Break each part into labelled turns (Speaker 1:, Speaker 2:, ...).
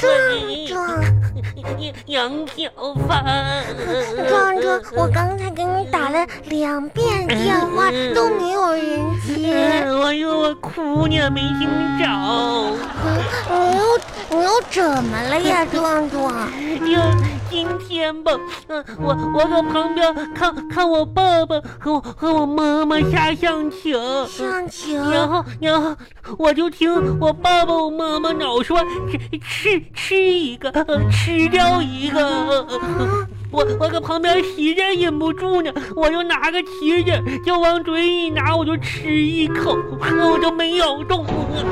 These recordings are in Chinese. Speaker 1: 壮
Speaker 2: 你
Speaker 1: 壮，
Speaker 2: 杨小凡，
Speaker 1: 壮壮，我刚才给你打了两遍电话都没有人接，
Speaker 2: 嗯哎呦，我哭呢，没听着。
Speaker 1: 你又你又怎么了呀，壮壮？
Speaker 2: 呀，今天吧，嗯，我我在旁边看看我爸爸和我和我妈妈下象棋，
Speaker 1: 向晴，
Speaker 2: 然后然后我就听我爸爸我妈妈老说吃吃吃一个，呃吃掉一个。呃我我搁旁边实在忍不住呢，我就拿个棋子就往嘴里拿，我就吃一口，我就没咬动。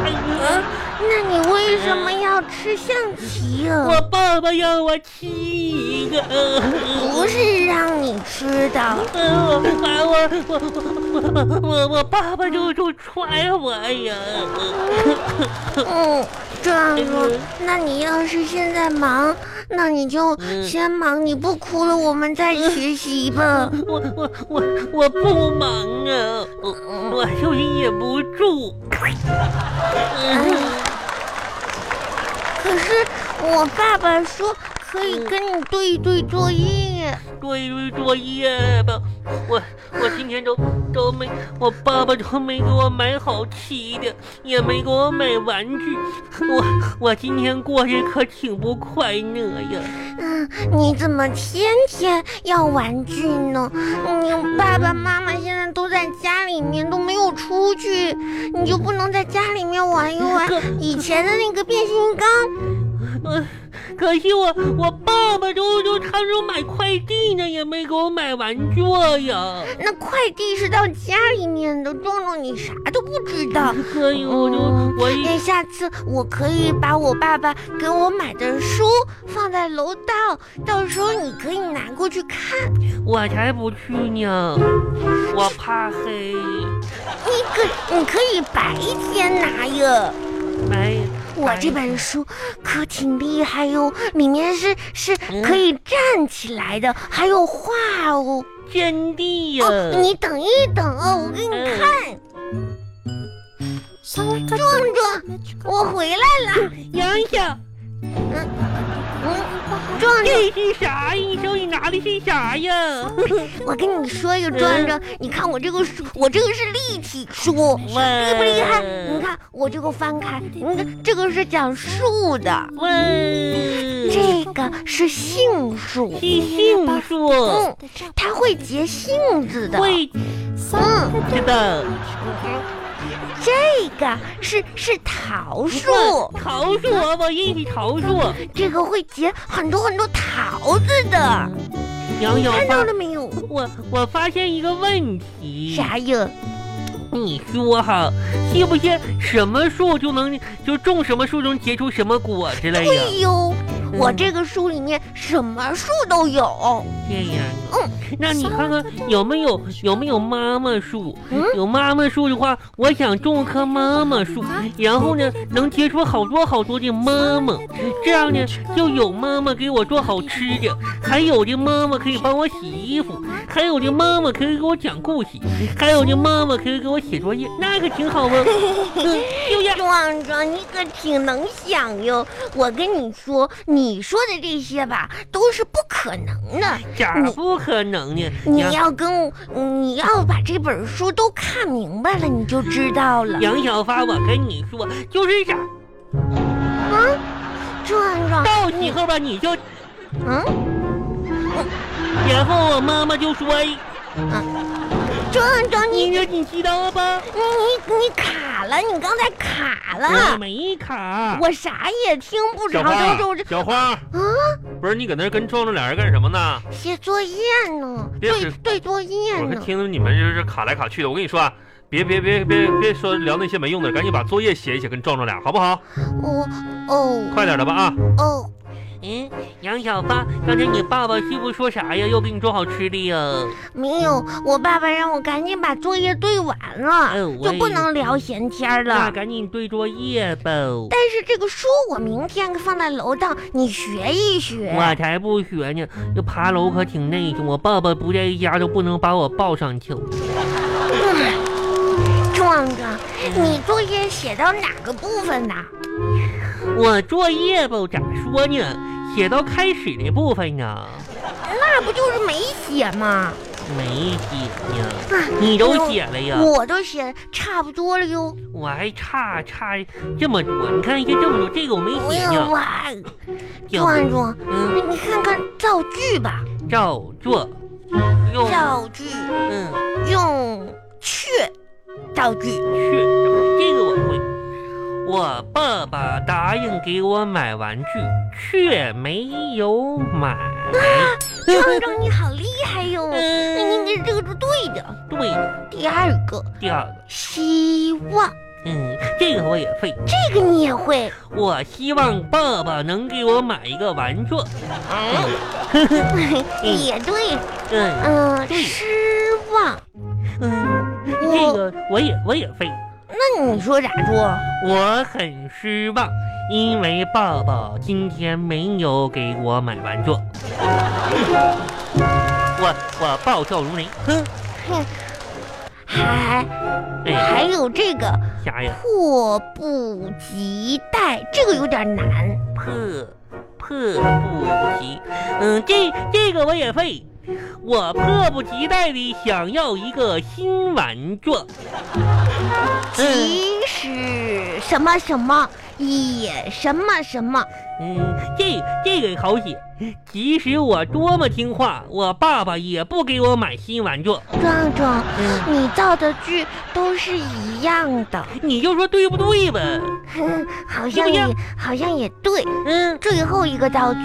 Speaker 2: 哎呀
Speaker 1: 那你为什么要吃象棋呀、
Speaker 2: 我爸爸让我吃一个。
Speaker 1: 不是让你吃的，
Speaker 2: 哎我我我我我我我爸爸就就踹我呀！
Speaker 1: 嗯，壮壮，那你要是现在忙，那你就先忙，你不哭了，我们再学习吧。
Speaker 2: 我我我我不忙啊，我我就是忍不住。
Speaker 1: 可是我爸爸说可以跟你对一对作业，
Speaker 2: 做一堆作业吧，我我今天都都没，我爸爸都没给我买好吃的，也没给我买玩具，我我今天过得可挺不快乐呀。
Speaker 1: 嗯，你怎么天天要玩具呢？你爸爸妈妈现在都在家里面，都没有出去，你就不能在家里面玩一玩
Speaker 2: 可
Speaker 1: 以前的那个变形金刚？
Speaker 2: 呃，可惜我我爸爸都都他说买快递呢，也没给我买玩具呀。
Speaker 1: 那快递是到家里面的，壮壮你啥都不知道。
Speaker 2: 哎呦，我就我一
Speaker 1: 那下次我可以把我爸爸给我买的书放在楼道，到时候你可以拿过去看。
Speaker 2: 我才不去呢，我怕黑。
Speaker 1: 你可你可以白天拿呀。
Speaker 2: 哎，
Speaker 1: 我这本书可挺厉害哟，里面是是可以站起来的，还有画哦。
Speaker 2: 真的呀，
Speaker 1: 哦，你等一等哦，我给你看。壮壮，我回来了。
Speaker 2: 杨小，
Speaker 1: 嗯，壮壮，
Speaker 2: 这是啥哎呀？你手里拿的是啥呀？
Speaker 1: 我跟你说一个壮壮，你看我这个书，我这个是立体书，厉不厉害？你看我这个翻开，你看这个是讲树的，
Speaker 2: 嗯喂，
Speaker 1: 这个是杏树。
Speaker 2: 是杏树，
Speaker 1: 嗯，它会结杏子的。
Speaker 2: 会
Speaker 1: 嗯，
Speaker 2: 知道。
Speaker 1: 这个是是桃树，
Speaker 2: 桃树，我认识桃树。
Speaker 1: 这个会结很多很多桃子的。
Speaker 2: 杨小
Speaker 1: 看
Speaker 2: 发
Speaker 1: 到了没有？
Speaker 2: 我我发现一个问题，
Speaker 1: 啥呀？
Speaker 2: 你说哈，是不是什么树就能就种什么树就能结出什么果之类哎呀？
Speaker 1: 对哟，哎我这个书里面什么树都有。
Speaker 2: 这样啊，那你看看有没有有没有妈妈树？有妈妈树的话，我想种棵妈妈树，然后呢能结出好多好多的妈妈，这样呢就有妈妈给我做好吃的，还有的妈妈可以帮我洗衣服，还有的妈妈可以给我讲故事，还有的妈妈可以给我写作业，那可挺好吗？嗯就这样。
Speaker 1: 壮壮，你可挺能想哟！我跟你说，你说的这些吧，都是不可能的。
Speaker 2: 咋不可能呢？
Speaker 1: 你
Speaker 2: 杨
Speaker 1: 要跟我，你要把这本书都看明白了，你就知道了。
Speaker 2: 杨小发，我跟你说，就是咋
Speaker 1: 壮壮，
Speaker 2: 到时候吧，你就，
Speaker 1: 嗯。
Speaker 2: 然后我妈妈就说，
Speaker 1: 壮壮，你
Speaker 2: 你说
Speaker 1: 你
Speaker 2: 你知道吧？
Speaker 1: 你你卡了，你刚才卡
Speaker 2: 我
Speaker 1: 了，
Speaker 2: 没卡，
Speaker 1: 啊我啥也听不着。
Speaker 3: 嗯小
Speaker 1: 这
Speaker 3: 花
Speaker 1: 这我啊这，
Speaker 3: 小花，不是你搁那儿跟壮壮俩人干什么呢？
Speaker 1: 写作业呢，
Speaker 3: 别
Speaker 1: 对
Speaker 3: 指
Speaker 1: 对作业
Speaker 3: 我还
Speaker 1: 呢。
Speaker 3: 听着你们就是卡来卡去的。我跟你说啊，别别别别别说聊那些没用的，赶紧把作业写一写，跟壮壮俩好不好？
Speaker 1: 哦哦
Speaker 3: 快点的吧啊！
Speaker 1: 哦，
Speaker 2: 嗯，杨小发，刚才你爸爸是不是说啥呀？又给你做好吃的呀？
Speaker 1: 没有，我爸爸让我赶紧把作业对完了
Speaker 2: 哎，我
Speaker 1: 就不
Speaker 2: 也
Speaker 1: 能聊闲天儿
Speaker 2: 那
Speaker 1: 了。
Speaker 2: 赶紧对作业吧。
Speaker 1: 但是这个书我明天放在楼道，你学一学。
Speaker 2: 我才不学呢，这爬楼可挺累的。我爸爸不在家都不能把我抱上去。
Speaker 1: 嗯壮壮，你作业写到哪个部分呢？
Speaker 2: 我作业吧，咋说呢？写到开始的部分呢，
Speaker 1: 那不就是没写吗？
Speaker 2: 没写呢。
Speaker 1: 啊，
Speaker 2: 你都写了呀？
Speaker 1: 我都写差不多了哟。
Speaker 2: 我还差差这么多，你看就这么多，这个我没
Speaker 1: 哎
Speaker 2: 写
Speaker 1: 呀
Speaker 2: 呢。
Speaker 1: 哇，
Speaker 2: 要不
Speaker 1: 壮壮，
Speaker 2: 嗯，
Speaker 1: 你看看造句吧，
Speaker 2: 照做，用
Speaker 1: 造句
Speaker 2: 嗯
Speaker 1: 用去造句。
Speaker 2: 去，这个我会。我爸爸答应给我买玩具，却没有买。
Speaker 1: 壮壮你好厉害哟，
Speaker 2: 嗯，
Speaker 1: 你你这个是对的。
Speaker 2: 对的，
Speaker 1: 第二个
Speaker 2: 第二个，
Speaker 1: 希望，
Speaker 2: 嗯，这个我也会。
Speaker 1: 这个你也会。
Speaker 2: 我希望爸爸能给我买一个玩具。
Speaker 1: 也对，
Speaker 2: 嗯
Speaker 1: 嗯，
Speaker 2: 对
Speaker 1: 失望。
Speaker 2: 嗯，这个我也我也会。
Speaker 1: 那你嗯说咋说？
Speaker 2: 我很失望，因为爸爸今天没有给我买玩具。我我暴跳如雷，哼，
Speaker 1: 哼，还
Speaker 2: 哎，
Speaker 1: 还有这个
Speaker 2: 啥呀？
Speaker 1: 迫不及待，这个有点难。
Speaker 2: 迫迫不及，嗯，这这个我也会。我迫不及待地想要一个新玩具。嗯
Speaker 1: 即使什么什么也什么什么，
Speaker 2: 嗯，这这个好写。即使我多么听话，我爸爸也不给我买新玩具。
Speaker 1: 壮壮，
Speaker 2: 嗯。
Speaker 1: 你造的句都是一样的，
Speaker 2: 你就说对不对吧？
Speaker 1: 哼，好
Speaker 2: 这
Speaker 1: 像
Speaker 2: 个
Speaker 1: 也
Speaker 2: 样
Speaker 1: 好像也对。
Speaker 2: 嗯
Speaker 1: 最后一个造句，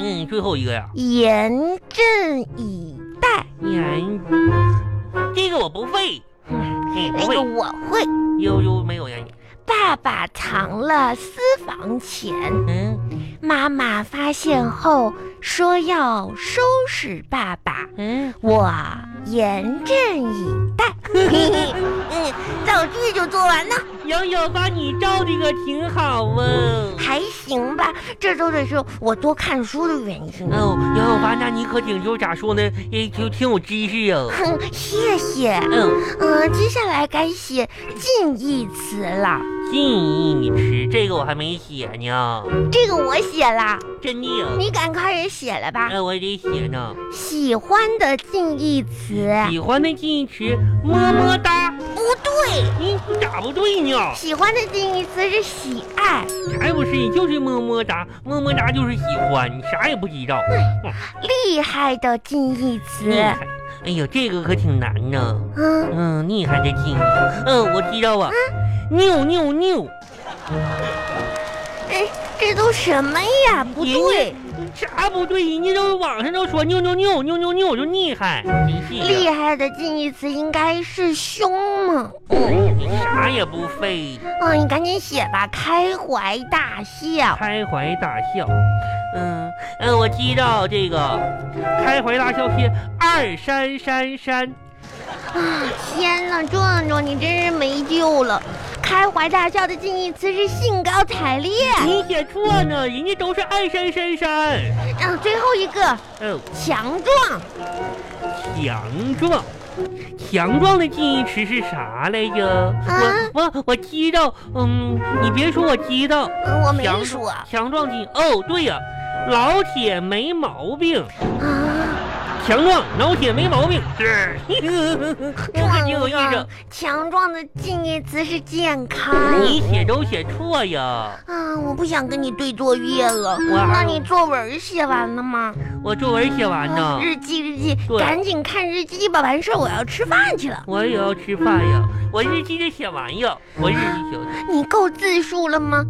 Speaker 2: 嗯，最后一个呀，
Speaker 1: 严阵以待，
Speaker 2: 言，这个我不会，嗯，
Speaker 1: 那
Speaker 2: 不会
Speaker 1: 个，我会。
Speaker 2: 悠悠没有言语，
Speaker 1: 爸爸藏了私房钱，
Speaker 2: 嗯
Speaker 1: 妈妈发现后说要收拾爸爸，
Speaker 2: 嗯，
Speaker 1: 我严阵以 待。嗯，造句就做完了，
Speaker 2: 杨小八，你照的可挺好啊。
Speaker 1: 还行吧？这都得是我多看书的原因。
Speaker 2: 哦，杨小八，那你可挺就咋说呢？也就挺有知识哦。
Speaker 1: 哼，谢谢。
Speaker 2: 嗯，
Speaker 1: 嗯，接下来该写近义词了，
Speaker 2: 近义你吃这个我还没写呢，
Speaker 1: 这个我写了，
Speaker 2: 真的呀。
Speaker 1: 你赶快也写了吧。
Speaker 2: 哎，我也得写呢。
Speaker 1: 喜欢的近义词，
Speaker 2: 喜欢的近义词，么么哒。
Speaker 1: 不对。
Speaker 2: 你咋不对呢？
Speaker 1: 喜欢的定义词是喜爱，
Speaker 2: 才不是，你就是么么哒，么么哒就是喜欢，你啥也不知道。
Speaker 1: 厉害的近义词
Speaker 2: 厉，害！哎呀，这个可挺难呢。
Speaker 1: 嗯，
Speaker 2: 嗯，厉害这记忆。嗯，我知道啊。拗拗拗，
Speaker 1: 这哎这都什么呀？不对，
Speaker 2: 啥不对？人家都网上都说拗拗拗拗拗拗就厉害，真是
Speaker 1: 厉
Speaker 2: 呀
Speaker 1: 害的近义词应该是凶猛。
Speaker 2: 你啥也不会，
Speaker 1: 嗯，你赶紧写吧，开怀大笑，
Speaker 2: 开怀大笑。嗯嗯，我知道这个，开怀大笑是二三三三。
Speaker 1: 天呐，壮壮，你真是没救了。开怀大笑的近义词是兴高采烈。
Speaker 2: 你写错呢，人家都是二三三三。
Speaker 1: 嗯，最后一个
Speaker 2: 哦。
Speaker 1: 强壮，
Speaker 2: 强壮，强壮的近义词是啥来着？我我我知道，嗯，你别说，我知道，
Speaker 1: 嗯，我没
Speaker 2: 强
Speaker 1: 说啊，
Speaker 2: 强壮近哦，对呀、老铁没毛病，
Speaker 1: 啊
Speaker 2: 强壮，老铁没毛病， 是，这个挺有意
Speaker 1: 壮
Speaker 2: 思
Speaker 1: 壮。，强壮的近义词是健康。
Speaker 2: 你写都写错呀，
Speaker 1: 啊，我不想跟你对作业了。
Speaker 2: 哇
Speaker 1: 那你作文写完了吗？
Speaker 2: 我作文写完呢
Speaker 1: 啊，日记日记，
Speaker 2: 对
Speaker 1: 赶紧看日记吧，完事儿我要吃饭去了。
Speaker 2: 我也要吃饭呀，我日记得写完呀，我日记写完。
Speaker 1: 你够字数了吗？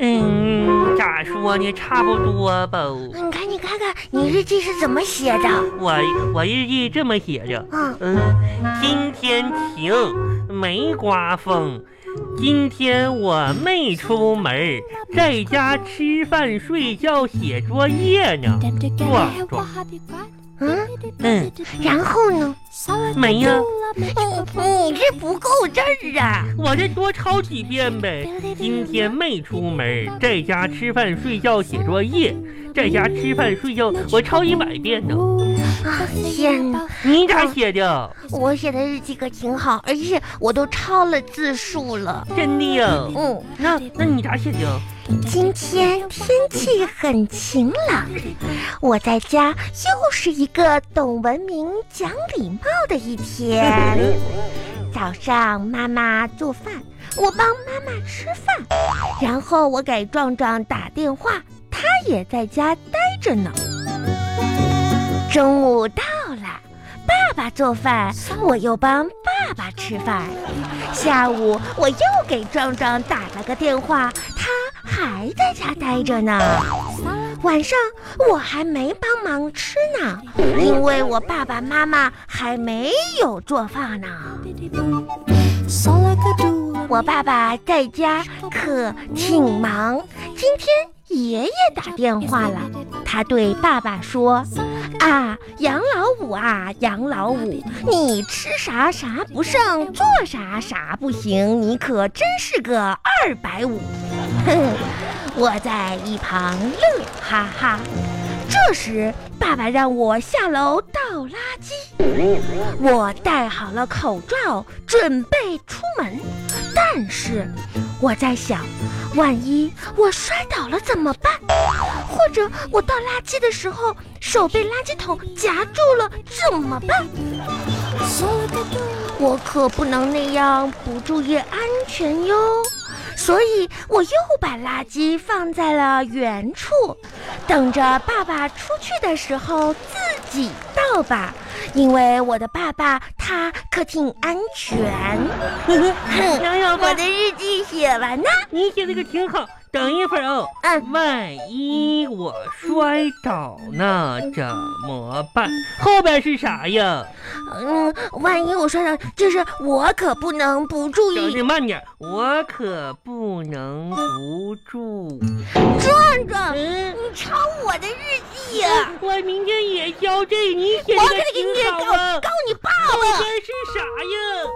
Speaker 2: 嗯，咋说呢，差不多吧。
Speaker 1: 你嗯看，你看看，你日记是怎么写的？
Speaker 2: 我我日记这么写着。
Speaker 1: 啊，
Speaker 2: 嗯，今天晴，没刮风。今天我没出门儿，在家吃饭、睡觉、写作业呢。
Speaker 4: 壮
Speaker 2: 壮
Speaker 4: 壮，
Speaker 1: 嗯，
Speaker 2: 嗯，
Speaker 1: 然后呢？
Speaker 2: 没呀、
Speaker 1: 你你这不够劲儿啊！
Speaker 2: 我再多抄几遍呗。今天没出门，在家吃饭睡觉写作业，在家吃饭睡觉，我抄一百遍呢。
Speaker 1: 啊天哪，
Speaker 2: 你咋写的？
Speaker 1: 我写的日记可挺好，而且我都超了字数了。
Speaker 2: 真的呀？
Speaker 1: 嗯，
Speaker 2: 那那你咋写的？
Speaker 1: 今天天气很晴朗，我在家又是一个懂文明、讲礼貌的一天。早上妈妈做饭，我帮妈妈吃饭，然后我给壮壮打电话，他也在家待着呢。中午到了，爸爸做饭，我又帮爸爸吃饭。下午我又给壮壮打了个电话，他还在家待着呢。晚上我还没帮忙吃呢，因为我爸爸妈妈还没有做饭呢。我爸爸在家可挺忙，今天爷爷打电话了，他对爸爸说：“啊，杨老五啊，杨老五，你吃啥啥不剩，做啥啥不行，你可真是个二百五。” 哼，我在一旁乐哈哈。这时，爸爸让我下楼倒垃圾。我戴好了口罩，准备出门，但是我在想，万一我摔倒了怎么办？或者我倒垃圾的时候手被垃圾桶夹住了怎么办？我可不能那样不注意安全哟。所以我又把垃圾放在了原处，等着爸爸出去的时候自己倒吧，因为我的爸爸他可挺安全。
Speaker 2: 洋洋吧
Speaker 1: 我，的日记写完呢，
Speaker 2: 你写的可挺好。等一会儿哦，
Speaker 1: 嗯
Speaker 2: 万一我摔倒呢，怎么办？后边是啥呀？
Speaker 1: 嗯，万一我摔倒，就是我可不能不注
Speaker 2: 小
Speaker 1: 意。
Speaker 2: 心慢点，我可不能不住。
Speaker 1: 嗯壮壮，
Speaker 2: 嗯，
Speaker 1: 你抄我的日记呀、
Speaker 2: 我明天也交这，你写的
Speaker 1: 我可得给你
Speaker 2: 挺好
Speaker 1: 告
Speaker 2: 啊。
Speaker 1: 告你爸
Speaker 2: 后
Speaker 1: 了。
Speaker 2: 边是啥呀？